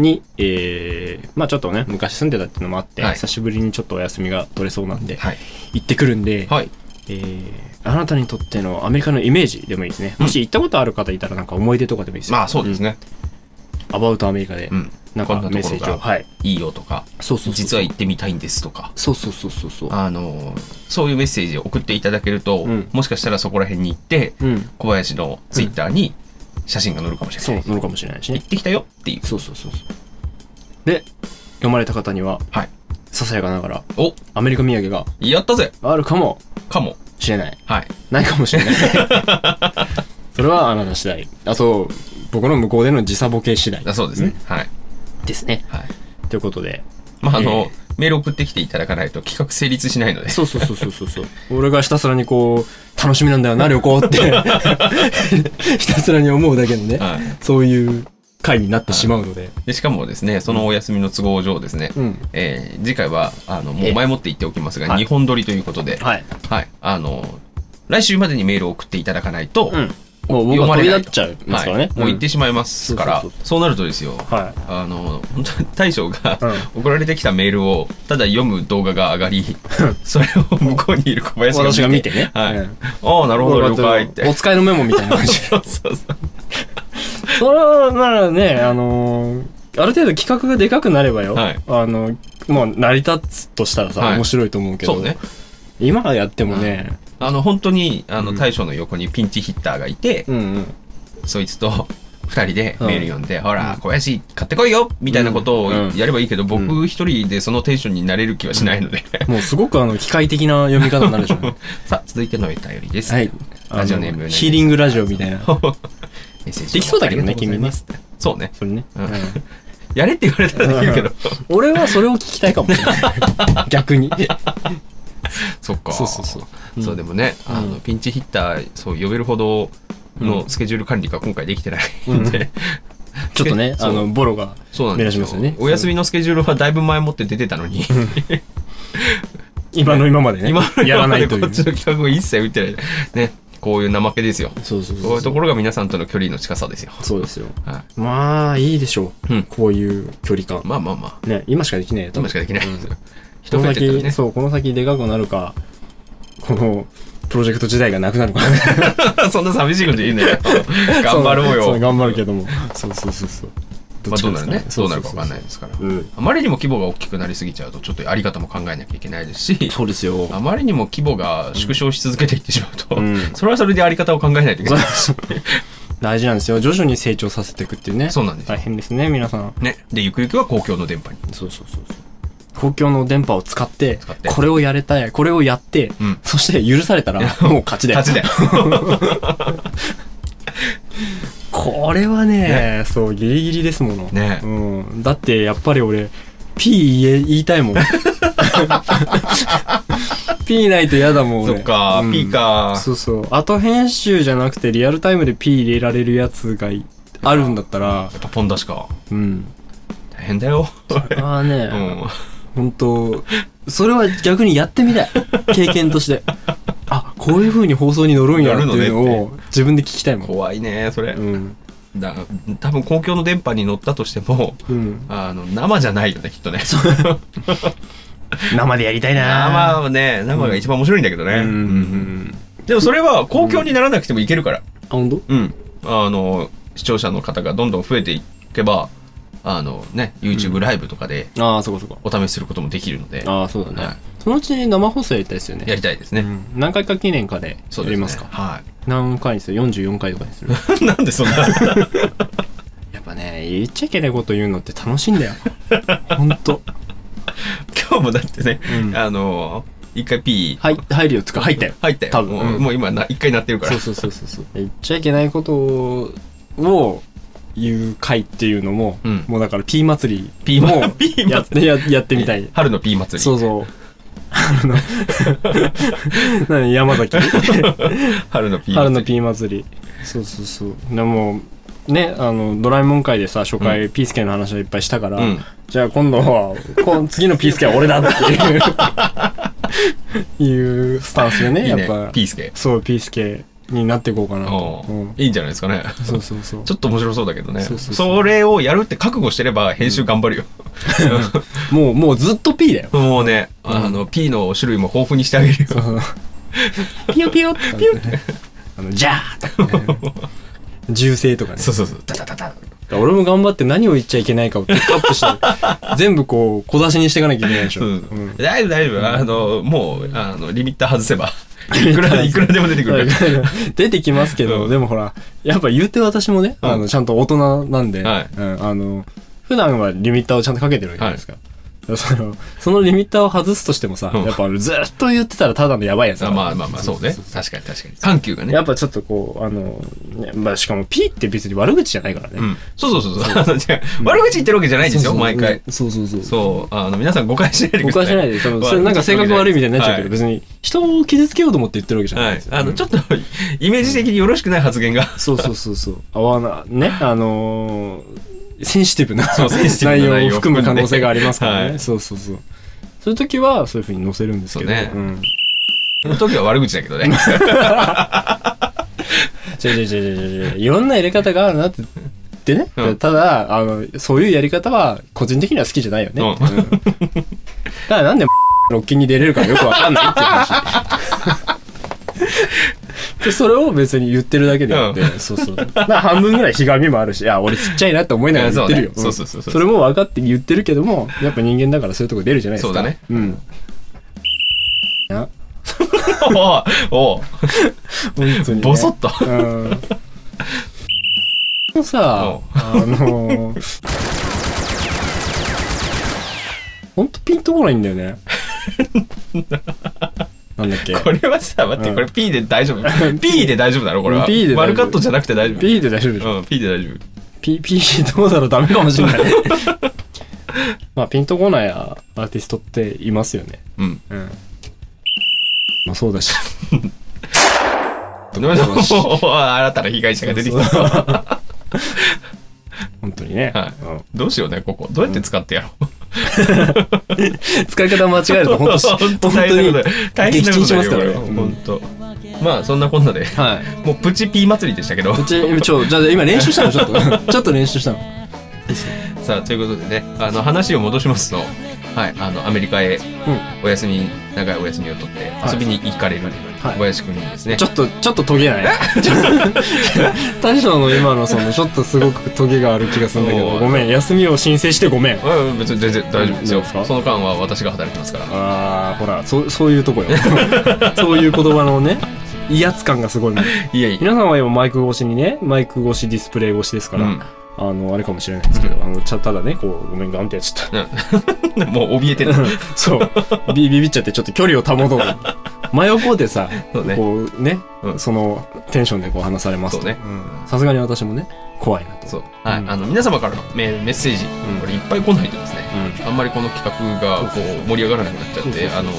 [SPEAKER 2] に、えー、まあちょっとね、昔住んでたっていうのもあって、
[SPEAKER 3] はい
[SPEAKER 2] 久しぶりにちょっとお休みが取れそうなんで、
[SPEAKER 3] はい
[SPEAKER 2] 行ってくるんで、
[SPEAKER 3] はい
[SPEAKER 2] えーあなたにとってのアメリカのイメージでもいいですね。もし行ったことある方いたらなんか思い出とかでもいいですよ。
[SPEAKER 3] まあそうですね、
[SPEAKER 2] うん、アバウトアメリカで
[SPEAKER 3] う、ん。
[SPEAKER 2] なんか
[SPEAKER 3] こんなところが
[SPEAKER 2] メッセージを。はい。
[SPEAKER 3] いいよとか、
[SPEAKER 2] そうそうそう。
[SPEAKER 3] 実は行ってみたいんですとか、
[SPEAKER 2] そうそうそうそうそう。
[SPEAKER 3] あの、そういうメッセージを送っていただけると、
[SPEAKER 2] うん
[SPEAKER 3] もしかしたらそこら辺に行って、
[SPEAKER 2] うん。
[SPEAKER 3] 小林のツイッターに写真が載るかもしれ
[SPEAKER 2] そう
[SPEAKER 3] ない。、
[SPEAKER 2] 乗るかもしれないしね
[SPEAKER 3] 行っ。てきたよっていう。
[SPEAKER 2] そうそうそうそう。で、読まれた方には、
[SPEAKER 3] はい。
[SPEAKER 2] ささやかながら、
[SPEAKER 3] お
[SPEAKER 2] アメリカ土産が
[SPEAKER 3] やったぜ
[SPEAKER 2] あるかも
[SPEAKER 3] かも。
[SPEAKER 2] しれない。
[SPEAKER 3] はい。
[SPEAKER 2] ないかもしれ ない。それはあなた次第。あと、僕の向こうでの時差ボケ次第
[SPEAKER 3] だそうですね。はい。
[SPEAKER 2] ですね。
[SPEAKER 3] はい。
[SPEAKER 2] ということで。
[SPEAKER 3] まあ、あ
[SPEAKER 2] え
[SPEAKER 3] の、メール送ってきていただかないと企画成立しないので。
[SPEAKER 2] そうそうそうそうそうそう。俺がひたすらにこう、楽しみなんだよな、旅行 って。ひたすらに思うだけのね、
[SPEAKER 3] はい。
[SPEAKER 2] そういう回になってしまうので。
[SPEAKER 3] でしかもですね、そのお休みの都合上ですね、
[SPEAKER 2] うん。
[SPEAKER 3] えー次回は、あの、も
[SPEAKER 2] え
[SPEAKER 3] う前もって言っておきますが、
[SPEAKER 2] はい
[SPEAKER 3] 日本撮りということで、
[SPEAKER 2] はい。
[SPEAKER 3] はい。あの、来週までにメールを送っていただかないと、
[SPEAKER 2] うん。もう僕は飛び立っちゃいます
[SPEAKER 3] は
[SPEAKER 2] からね。
[SPEAKER 3] いもう行ってしまいま
[SPEAKER 2] う
[SPEAKER 3] す
[SPEAKER 2] ん
[SPEAKER 3] から、
[SPEAKER 2] そうそうそう
[SPEAKER 3] そうなるとですよ、
[SPEAKER 2] は
[SPEAKER 3] あの、本当に大将が
[SPEAKER 2] い。うん。
[SPEAKER 3] 送られてきたメールを、ただ読む動画が上がり、それを向こうにいる小林が見て、
[SPEAKER 2] 私が見てね。
[SPEAKER 3] はい。
[SPEAKER 2] うん
[SPEAKER 3] ああ、なるほど、了解って。
[SPEAKER 2] お使いのメモみたいな感じ。
[SPEAKER 3] そうそうそう。
[SPEAKER 2] それは、ならね、あのーある程度企画がでかくなればよ。
[SPEAKER 3] はい
[SPEAKER 2] あの、もう成り立つとしたらさ、
[SPEAKER 3] はい
[SPEAKER 2] 面白いと思うけど。
[SPEAKER 3] そうね。
[SPEAKER 2] 今やってもね、
[SPEAKER 3] あの、本当に、あ
[SPEAKER 2] う
[SPEAKER 3] の、
[SPEAKER 2] ん
[SPEAKER 3] 大将の横にピンチヒッターがいて、
[SPEAKER 2] うんうん。
[SPEAKER 3] そいつと2人でメール読んで、ほら
[SPEAKER 2] うん、
[SPEAKER 3] 小林買ってこいよみたいなことを
[SPEAKER 2] うん
[SPEAKER 3] やればいいけど、
[SPEAKER 2] う
[SPEAKER 3] 僕一人でそのテンションになれる気はしないので。
[SPEAKER 2] もうすごくあの、機械的な読み方になるでしょ。
[SPEAKER 3] さあ、続いてのお便りです。
[SPEAKER 2] はい。
[SPEAKER 3] ラジオネーム
[SPEAKER 2] あのヒーリングラジオみた いな。
[SPEAKER 3] メッセージ。
[SPEAKER 2] できそうだけどね
[SPEAKER 3] す。そうね。
[SPEAKER 2] それね。
[SPEAKER 3] うん
[SPEAKER 2] うん
[SPEAKER 3] やれって言われたらできるけど。
[SPEAKER 2] 俺はそれを聞きたいかもしれない。逆に。
[SPEAKER 3] そっか。
[SPEAKER 2] そうそうそううん
[SPEAKER 3] そうでもね、あ
[SPEAKER 2] うん
[SPEAKER 3] の、ピンチヒッター、そう、呼べるほど
[SPEAKER 2] うん
[SPEAKER 3] のスケジュール管理が今回できてないんで。
[SPEAKER 2] ちょっとね、
[SPEAKER 3] そ
[SPEAKER 2] あ
[SPEAKER 3] う
[SPEAKER 2] の、ボロが。
[SPEAKER 3] そうなんです
[SPEAKER 2] 目立ちますよね
[SPEAKER 3] お休みのスケジュールはだいぶ前もって出てたのに。
[SPEAKER 2] 今の今までね。
[SPEAKER 3] 今の
[SPEAKER 2] やらないとい
[SPEAKER 3] こ
[SPEAKER 2] う
[SPEAKER 3] っ。ちの企画を一切打ってない。ね、こういう怠けですよ。
[SPEAKER 2] そうそう
[SPEAKER 3] こう
[SPEAKER 2] そ
[SPEAKER 3] いううと
[SPEAKER 2] そう。
[SPEAKER 3] ころが皆さんとの距離の近さですよ。
[SPEAKER 2] そうですよ。
[SPEAKER 3] は
[SPEAKER 2] まあ、いいでしょう。
[SPEAKER 3] うん
[SPEAKER 2] こういう距離
[SPEAKER 3] い、
[SPEAKER 2] 感。
[SPEAKER 3] まあまあまあ、
[SPEAKER 2] ね、今しかできないよ。多
[SPEAKER 3] 今
[SPEAKER 2] 分
[SPEAKER 3] しかできない
[SPEAKER 2] うん
[SPEAKER 3] ですよ。
[SPEAKER 2] こ
[SPEAKER 3] 人
[SPEAKER 2] の
[SPEAKER 3] 増えてったら
[SPEAKER 2] 先、
[SPEAKER 3] ね。
[SPEAKER 2] そう、この先でかくなるか、この、プロジェクト自体がなくなるか。
[SPEAKER 3] そんな寂しいこと言うなよ。 頑張ろう
[SPEAKER 2] そそ
[SPEAKER 3] よ。
[SPEAKER 2] 頑張るけども。そうそうそうそう。
[SPEAKER 3] まあどうなるね。どうなるかわかんない
[SPEAKER 2] い。
[SPEAKER 3] ですから。
[SPEAKER 2] うん。
[SPEAKER 3] あまりにも規模が大きくなりすぎちゃうと、ちょっとあり方も考えなきゃいけないですし、
[SPEAKER 2] そうですよ。
[SPEAKER 3] あまりにも規模が縮小し続けていってしまうと、
[SPEAKER 2] うん
[SPEAKER 3] それはそれであり方を考えないといけないし。
[SPEAKER 2] 大事なんですよ。徐々に成長させていくっていうね。
[SPEAKER 3] そうなんですよ
[SPEAKER 2] 大変ですね、皆さん。
[SPEAKER 3] ね。で、ゆくゆくは公共の電波に。
[SPEAKER 2] そうそうそうそう。公共の電波を使って、
[SPEAKER 3] 使って
[SPEAKER 2] これをやれたい、これをやって、
[SPEAKER 3] うん
[SPEAKER 2] そして許されたら、もう勝ちだよ。
[SPEAKER 3] 立ちで。
[SPEAKER 2] これはねそう、ギリギリですもの。
[SPEAKER 3] ね
[SPEAKER 2] うん。だって、やっぱり俺、P 言え、言いたいもん。P ないと嫌だもん、
[SPEAKER 3] そ
[SPEAKER 2] 俺。
[SPEAKER 3] っか、
[SPEAKER 2] うん
[SPEAKER 3] P か。
[SPEAKER 2] そうそう。後編集じゃなくて、リアルタイムで P 入れられるやつがいあるんだったら、
[SPEAKER 3] やっぱポン出しか。
[SPEAKER 2] うん。
[SPEAKER 3] 大変だよ。
[SPEAKER 2] ああね、
[SPEAKER 3] うん。
[SPEAKER 2] 本当それは逆にやってみたい経験としてあこういう風に放送に乗るんやっていう
[SPEAKER 3] 乗る
[SPEAKER 2] の
[SPEAKER 3] の
[SPEAKER 2] を自分で聞きたいもん
[SPEAKER 3] 怖いね、それ
[SPEAKER 2] う。ん
[SPEAKER 3] だ多分公共の電波に乗ったとしても、
[SPEAKER 2] うん
[SPEAKER 3] あの、生じゃないよね、きっとね。
[SPEAKER 2] 生でやりたい
[SPEAKER 3] 生はね、生が一番面白いんだけどね。
[SPEAKER 2] うんうんう
[SPEAKER 3] うん
[SPEAKER 2] ん
[SPEAKER 3] でもそれは公共にならなくてもいけるから。
[SPEAKER 2] あ本当
[SPEAKER 3] うん。あの、視聴者の方がどんどん増えていけば、あのね、YouTube ライブとかで
[SPEAKER 2] ああそこそこ
[SPEAKER 3] お試しすることもできるので、
[SPEAKER 2] ああそうだね、
[SPEAKER 3] はい
[SPEAKER 2] そのうち生放送やりたいですよね
[SPEAKER 3] やりたいです
[SPEAKER 2] う
[SPEAKER 3] ね。
[SPEAKER 2] ん何回か記念かで
[SPEAKER 3] そ
[SPEAKER 2] や
[SPEAKER 3] うですね
[SPEAKER 2] りますか
[SPEAKER 3] は
[SPEAKER 2] 何回にする44回とかにす る
[SPEAKER 3] い。なんでそんな。
[SPEAKER 2] やっぱね言っちゃいけないこと言うのって楽しいんだ よほんと
[SPEAKER 3] 今日もだってね、
[SPEAKER 2] うん
[SPEAKER 3] あの、一回 P
[SPEAKER 2] はい入るよつか入ったよ
[SPEAKER 3] 入ったよ。
[SPEAKER 2] 多分
[SPEAKER 3] も
[SPEAKER 2] う
[SPEAKER 3] う、
[SPEAKER 2] ん
[SPEAKER 3] もう今な、一回なってるから。
[SPEAKER 2] そうそうそうそうそう。言っちゃいけないことを、を言う回っていうのも、
[SPEAKER 3] うん
[SPEAKER 2] もうだから P 祭り
[SPEAKER 3] P
[SPEAKER 2] も
[SPEAKER 3] 祭り P 祭り
[SPEAKER 2] やって、ややってみたい。
[SPEAKER 3] 春の P 祭り。
[SPEAKER 2] そうそう。 あの、何山崎
[SPEAKER 3] 春の P 祭り。
[SPEAKER 2] 春の P 祭り。そうそうそう。でも、ね、あの、ドラえもん会でさ、初回、ピースケの話をいっぱいしたから、
[SPEAKER 3] うん
[SPEAKER 2] じゃあ今度は、こ次のピースケは俺だっていう、 いうスタンスでね、
[SPEAKER 3] いいね
[SPEAKER 2] やっぱ、。
[SPEAKER 3] P 助。
[SPEAKER 2] そう、ピースケになっていこうかなと。
[SPEAKER 3] う
[SPEAKER 2] うんん
[SPEAKER 3] いいんじゃないですかね。
[SPEAKER 2] そうそうそう
[SPEAKER 3] ち。ょっと面白そうだけどね。
[SPEAKER 2] そうそうそう
[SPEAKER 3] それをやるって覚悟してれば編集 頑張るよ。
[SPEAKER 2] もう、もうずっと P だよ。
[SPEAKER 3] もうね、
[SPEAKER 2] ん
[SPEAKER 3] あの、P の種類も豊富にしてあげるよ。
[SPEAKER 2] ピヨピヨ って。ピヨって。あの、じゃーとかね。銃声とかね。
[SPEAKER 3] そうそうそう。ダダダダ。
[SPEAKER 2] から俺も頑張って何を言っちゃいけないかをピックアップして、全部こう、小出しにしていかなきゃいけないでしょ。
[SPEAKER 3] う
[SPEAKER 2] うん
[SPEAKER 3] ん、大丈夫大丈夫あのもうあのリミッター外せばいくらいくらでも出てくるか
[SPEAKER 2] 出てきますけど、
[SPEAKER 3] うん
[SPEAKER 2] でもほら、やっぱ言うて私もね、
[SPEAKER 3] うん
[SPEAKER 2] あの、ちゃんと大人なんで、
[SPEAKER 3] はい
[SPEAKER 2] うんあの、普段はリミッターをちゃんとかけてるわけじゃないですか。そのそのリミッターを外すとしてもさ、
[SPEAKER 3] うん
[SPEAKER 2] やっぱあのずっと言ってたらただのやばいやつだ
[SPEAKER 3] らあ
[SPEAKER 2] から
[SPEAKER 3] まあまあまあそうね確かに確かに緩急がね
[SPEAKER 2] やっぱちょっとこう、あの、ねまあ、しかも P って別に悪口じゃないからね。
[SPEAKER 3] うん、そうそうそうそうあの違う悪口言ってるわけじゃないんですよ
[SPEAKER 2] そうそう
[SPEAKER 3] 毎回。
[SPEAKER 2] そうそうそう。
[SPEAKER 3] そうあの皆さん誤解しないでくだ
[SPEAKER 2] 誤
[SPEAKER 3] さ
[SPEAKER 2] 解
[SPEAKER 3] い
[SPEAKER 2] しないで、多分それなんか性格悪いみたいになっちゃうけど、別に人を傷つけようと思って言ってるわけじゃ
[SPEAKER 3] は
[SPEAKER 2] ない
[SPEAKER 3] い
[SPEAKER 2] んで
[SPEAKER 3] はい
[SPEAKER 2] すよ。
[SPEAKER 3] あ
[SPEAKER 2] う
[SPEAKER 3] の
[SPEAKER 2] ん
[SPEAKER 3] ちょっとイメージ的によろしくない発 言が
[SPEAKER 2] そうそうそうそう。合わな、ね、あのーセンシティブな
[SPEAKER 3] そうセンシティブな内
[SPEAKER 2] 内
[SPEAKER 3] 容
[SPEAKER 2] 容を含む可能性がありますからね。
[SPEAKER 3] はい
[SPEAKER 2] そうそうそう。そういう時は、そういう風に載せるんですけど。
[SPEAKER 3] そうね
[SPEAKER 2] ん。
[SPEAKER 3] その時は悪口だけどね
[SPEAKER 2] 違う違う違う違う違う。いろんなやり方があるなって。でね、
[SPEAKER 3] うん
[SPEAKER 2] ただあの、そういうやり方は個人的には好きじゃないよね。
[SPEAKER 3] うん
[SPEAKER 2] うんだからなんで、 ロッキンに出れるかよくわかんないっていう 話。でそれを別に言ってるだけであって、そうそう。だから半分ぐらいひがみもあるし、あ、俺ちっちゃいなって思いながら言ってるよ。
[SPEAKER 3] そうねそうそうそうそうん
[SPEAKER 2] れも分かって言ってるけども、やっぱ人間だからそういうとこ出るじゃないですか。
[SPEAKER 3] そうだね。
[SPEAKER 2] うん。な
[SPEAKER 3] おうおう
[SPEAKER 2] 本当に、ね。
[SPEAKER 3] ボソッと
[SPEAKER 2] うん。さ、あのー、ほんとピンとこないんだよね。なんだっけ
[SPEAKER 3] これはさ待って
[SPEAKER 2] うん
[SPEAKER 3] これ P で大丈夫 P で大丈夫だろこれは
[SPEAKER 2] P で大丈夫
[SPEAKER 3] 丸カットじゃなくて大丈夫
[SPEAKER 2] ?P で大丈夫でしょ
[SPEAKER 3] うん P で大丈
[SPEAKER 2] ?P、P どうだろうダメかもしれない。まあ、ピンとこないアーティストっていますよね。
[SPEAKER 3] 夫うん
[SPEAKER 2] うん。まあ、そうだし。
[SPEAKER 3] でもおう新たな被害者が出てきた
[SPEAKER 2] 本当にね。
[SPEAKER 3] は
[SPEAKER 2] うん
[SPEAKER 3] どうしようね、ここ。どうやって使ってやろう。
[SPEAKER 2] 使い方間違えると本当
[SPEAKER 3] 本当
[SPEAKER 2] 本当
[SPEAKER 3] 大変
[SPEAKER 2] に
[SPEAKER 3] なことだよ。大変なことだよ
[SPEAKER 2] 撃沈しますからね
[SPEAKER 3] これは本当。まあ、そんなこんなで、
[SPEAKER 2] はい。
[SPEAKER 3] もうプチピー祭りでしたけど。
[SPEAKER 2] こっち、ちょ、じゃあ今練習したのちょっ と。ちょっと練習したの。
[SPEAKER 3] さあ、ということでね、あの、話を戻しますと、はい、あの、アメリカへお休み、長いお休みを取って
[SPEAKER 2] はい
[SPEAKER 3] 遊びに行かれる
[SPEAKER 2] はい
[SPEAKER 3] 小林くんにですね、
[SPEAKER 2] ちょっと、ちょっとトゲない。大将の今のその、ちょっとすごくトゲがある気がするんだけ
[SPEAKER 3] お
[SPEAKER 2] ど、
[SPEAKER 3] ー
[SPEAKER 2] ごめん、休みを申請してごめん。
[SPEAKER 3] うんうん別に全然大丈夫です
[SPEAKER 2] いい
[SPEAKER 3] よ。
[SPEAKER 2] ですか
[SPEAKER 3] その間は私が働いてますから。
[SPEAKER 2] あー、ほら、そう、そういうと こよ。そういう言葉のね、威圧感がすごいね。
[SPEAKER 3] いやいや。
[SPEAKER 2] 皆さんは今マイク越しにね、マイク越し、ディスプレイ越しですから、
[SPEAKER 3] うん
[SPEAKER 2] あの、あれかもしれないですけど、あの、ちゃ、ただね、こう、ごめん、ガンってやっちゃった。
[SPEAKER 3] うん もう怯えてる。
[SPEAKER 2] そう。ビビビっちゃってちょっと距離を保とう。真横でさ、
[SPEAKER 3] そうね
[SPEAKER 2] こうね、
[SPEAKER 3] うん
[SPEAKER 2] そのテンションでこう話されますと。
[SPEAKER 3] そうね
[SPEAKER 2] んさすがに私もね、怖いなと。
[SPEAKER 3] そう。はい。
[SPEAKER 2] うん
[SPEAKER 3] あの、皆様からのメメッセージ、
[SPEAKER 2] ん
[SPEAKER 3] これいっぱい来ないとですね、
[SPEAKER 2] う
[SPEAKER 3] あんまりこの企画がこう盛り上がらなくなっちゃ
[SPEAKER 2] そ
[SPEAKER 3] っ
[SPEAKER 2] うそう
[SPEAKER 3] て、
[SPEAKER 2] そう
[SPEAKER 3] あのね、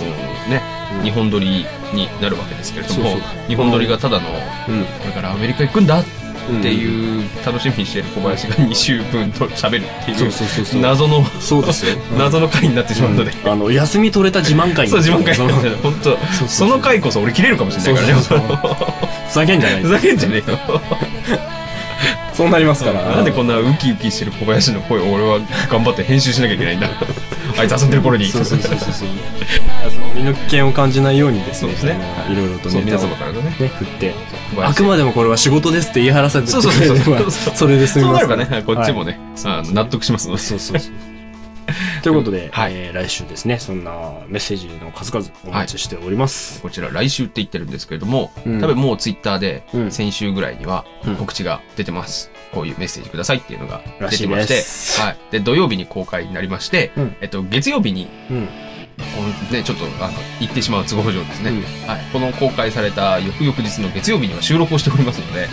[SPEAKER 2] うん
[SPEAKER 3] 日本撮りになるわけですけれども
[SPEAKER 2] そうそう、
[SPEAKER 3] 日本撮りがただの、
[SPEAKER 2] ん。うん。
[SPEAKER 3] これからアメリカ行くんだっ
[SPEAKER 2] うん
[SPEAKER 3] ていう楽しみにしてる小林が2週分と喋るって
[SPEAKER 2] そ
[SPEAKER 3] いう
[SPEAKER 2] そうそうそう
[SPEAKER 3] う謎の、
[SPEAKER 2] そうですよ
[SPEAKER 3] 謎の回になってしまうので、
[SPEAKER 2] あの、休み取れた自慢会
[SPEAKER 3] そう、自慢会
[SPEAKER 2] そ
[SPEAKER 3] に
[SPEAKER 2] う
[SPEAKER 3] なっちゃう本当
[SPEAKER 2] そう
[SPEAKER 3] その回こそ俺切れるかもしれないからね、
[SPEAKER 2] そうそうふざけんじゃない
[SPEAKER 3] ふざけんじゃねえよ。
[SPEAKER 2] そうなりますから。
[SPEAKER 3] なんでこんなウキウキしてる小林の声を俺は頑張って編集しなきゃいけないんだ。 あいつ遊んでる頃に。
[SPEAKER 2] そうそうそうそうそう。その身の危険を感じないようにですね、
[SPEAKER 3] そうですね
[SPEAKER 2] あのいろいろと
[SPEAKER 3] そう
[SPEAKER 2] ね、
[SPEAKER 3] 皆様からのね。
[SPEAKER 2] ね、振って。
[SPEAKER 3] 小林
[SPEAKER 2] あくまでもこれは仕事ですって言い張らせて
[SPEAKER 3] そうそうそう
[SPEAKER 2] くれれ
[SPEAKER 3] そう
[SPEAKER 2] ばそれで済み
[SPEAKER 3] そ
[SPEAKER 2] ま
[SPEAKER 3] うな
[SPEAKER 2] す
[SPEAKER 3] れば
[SPEAKER 2] から
[SPEAKER 3] ね、はいこっちもね、あの納得しますので。
[SPEAKER 2] そうそうそう。ということで、
[SPEAKER 3] はい
[SPEAKER 2] えー来週ですね、そんなメッセージの数々お待ちしております。
[SPEAKER 3] こちら来週って言ってるんですけれども、
[SPEAKER 2] うん
[SPEAKER 3] 多分もうツイッターで
[SPEAKER 2] うん
[SPEAKER 3] 先週ぐらいには
[SPEAKER 2] うん
[SPEAKER 3] 告知が出てます。こういうメッセージくださいっていうのが
[SPEAKER 2] ら
[SPEAKER 3] 出
[SPEAKER 2] してい
[SPEAKER 3] ま
[SPEAKER 2] で
[SPEAKER 3] して、
[SPEAKER 2] す
[SPEAKER 3] はい。で、土曜日に公開になりまして、
[SPEAKER 2] うん
[SPEAKER 3] えっと、月曜日に、
[SPEAKER 2] うん。
[SPEAKER 3] このね、ちょっと、あの、行ってしまう都合上ですね、
[SPEAKER 2] うん
[SPEAKER 3] はい。この公開された翌々日の月曜日には収録をしておりますので、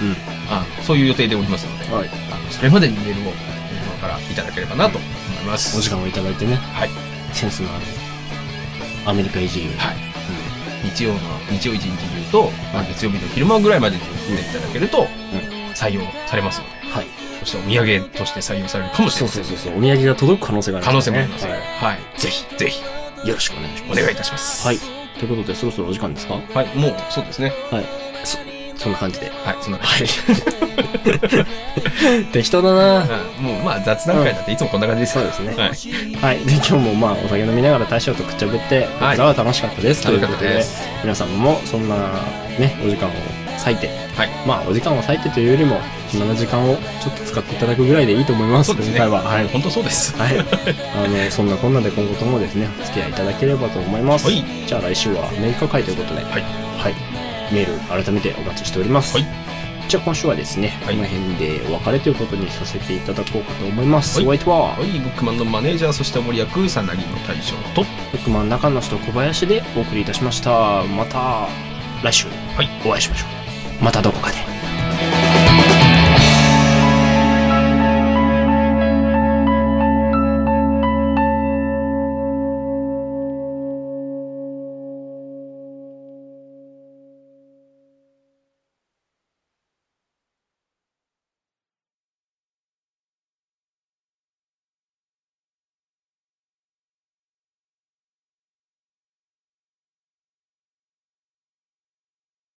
[SPEAKER 3] あのそういう予定でおりますので、
[SPEAKER 2] はい。
[SPEAKER 3] あのそれまでにメールを今からいただければなと思います。
[SPEAKER 2] お時間をいただいてね、
[SPEAKER 3] はい。
[SPEAKER 2] センスのあるアメリカ移住。
[SPEAKER 3] はい。日曜の、日曜一日中と、まあ、月曜日の昼間ぐらいまでに送っていただけると、採用されますので、
[SPEAKER 2] うんはい。
[SPEAKER 3] そしてお土産として採用されるかもしれ
[SPEAKER 2] そう
[SPEAKER 3] ませ
[SPEAKER 2] そ
[SPEAKER 3] ん
[SPEAKER 2] う。そうそう。お土産が届く可能性がある、
[SPEAKER 3] 可能性もあります。
[SPEAKER 2] は
[SPEAKER 3] はい。ぜひ、ぜひ、
[SPEAKER 2] い。よろしくお願いし
[SPEAKER 3] お
[SPEAKER 2] ます。
[SPEAKER 3] 願いいたします。
[SPEAKER 2] はい。。ということで、そろそろお時間ですかは
[SPEAKER 3] はい、もう、そうですね。
[SPEAKER 2] い。そ、そんな感じで。
[SPEAKER 3] はい、そんな感じ。
[SPEAKER 2] はい。適当だな
[SPEAKER 3] うんもう、まあ、雑談会だっていつもこんな感じです。
[SPEAKER 2] そうですね
[SPEAKER 3] はい。
[SPEAKER 2] はい。で、今日もまあ、お酒飲みながら大将とくっちゃぶって、こ
[SPEAKER 3] はい
[SPEAKER 2] ちらは楽しかったです。とい
[SPEAKER 3] 楽し
[SPEAKER 2] うこ
[SPEAKER 3] かっ
[SPEAKER 2] と
[SPEAKER 3] た
[SPEAKER 2] で
[SPEAKER 3] で、す。
[SPEAKER 2] 皆さんもそんなねお時間を割いて
[SPEAKER 3] はい。
[SPEAKER 2] まあお時間を割いてというよりも7時間をちょっと使っていただくぐらいでいいと思います、
[SPEAKER 3] そうです
[SPEAKER 2] 今
[SPEAKER 3] ね。
[SPEAKER 2] 回は。はい。
[SPEAKER 3] 本当そうです。
[SPEAKER 2] はい。あの、そんなこんなで今後ともですね、お付き合いいただければと思います。
[SPEAKER 3] はい
[SPEAKER 2] じゃあ来週はアメリカ会ということで、
[SPEAKER 3] はい。
[SPEAKER 2] はい。メール改めてお待ちしております。
[SPEAKER 3] はい
[SPEAKER 2] じゃあ今週はですね、
[SPEAKER 3] はい
[SPEAKER 2] この辺でお別れということにさせていただこうかと思います。
[SPEAKER 3] はい
[SPEAKER 2] お相手は、
[SPEAKER 3] はい、ブックマンのマネージャー、そして森役、さなぎの大将と、
[SPEAKER 2] 僕真ん中の人小林でお送りいたしました。また来週、
[SPEAKER 3] はい
[SPEAKER 2] お会いしましょう。またどこかで。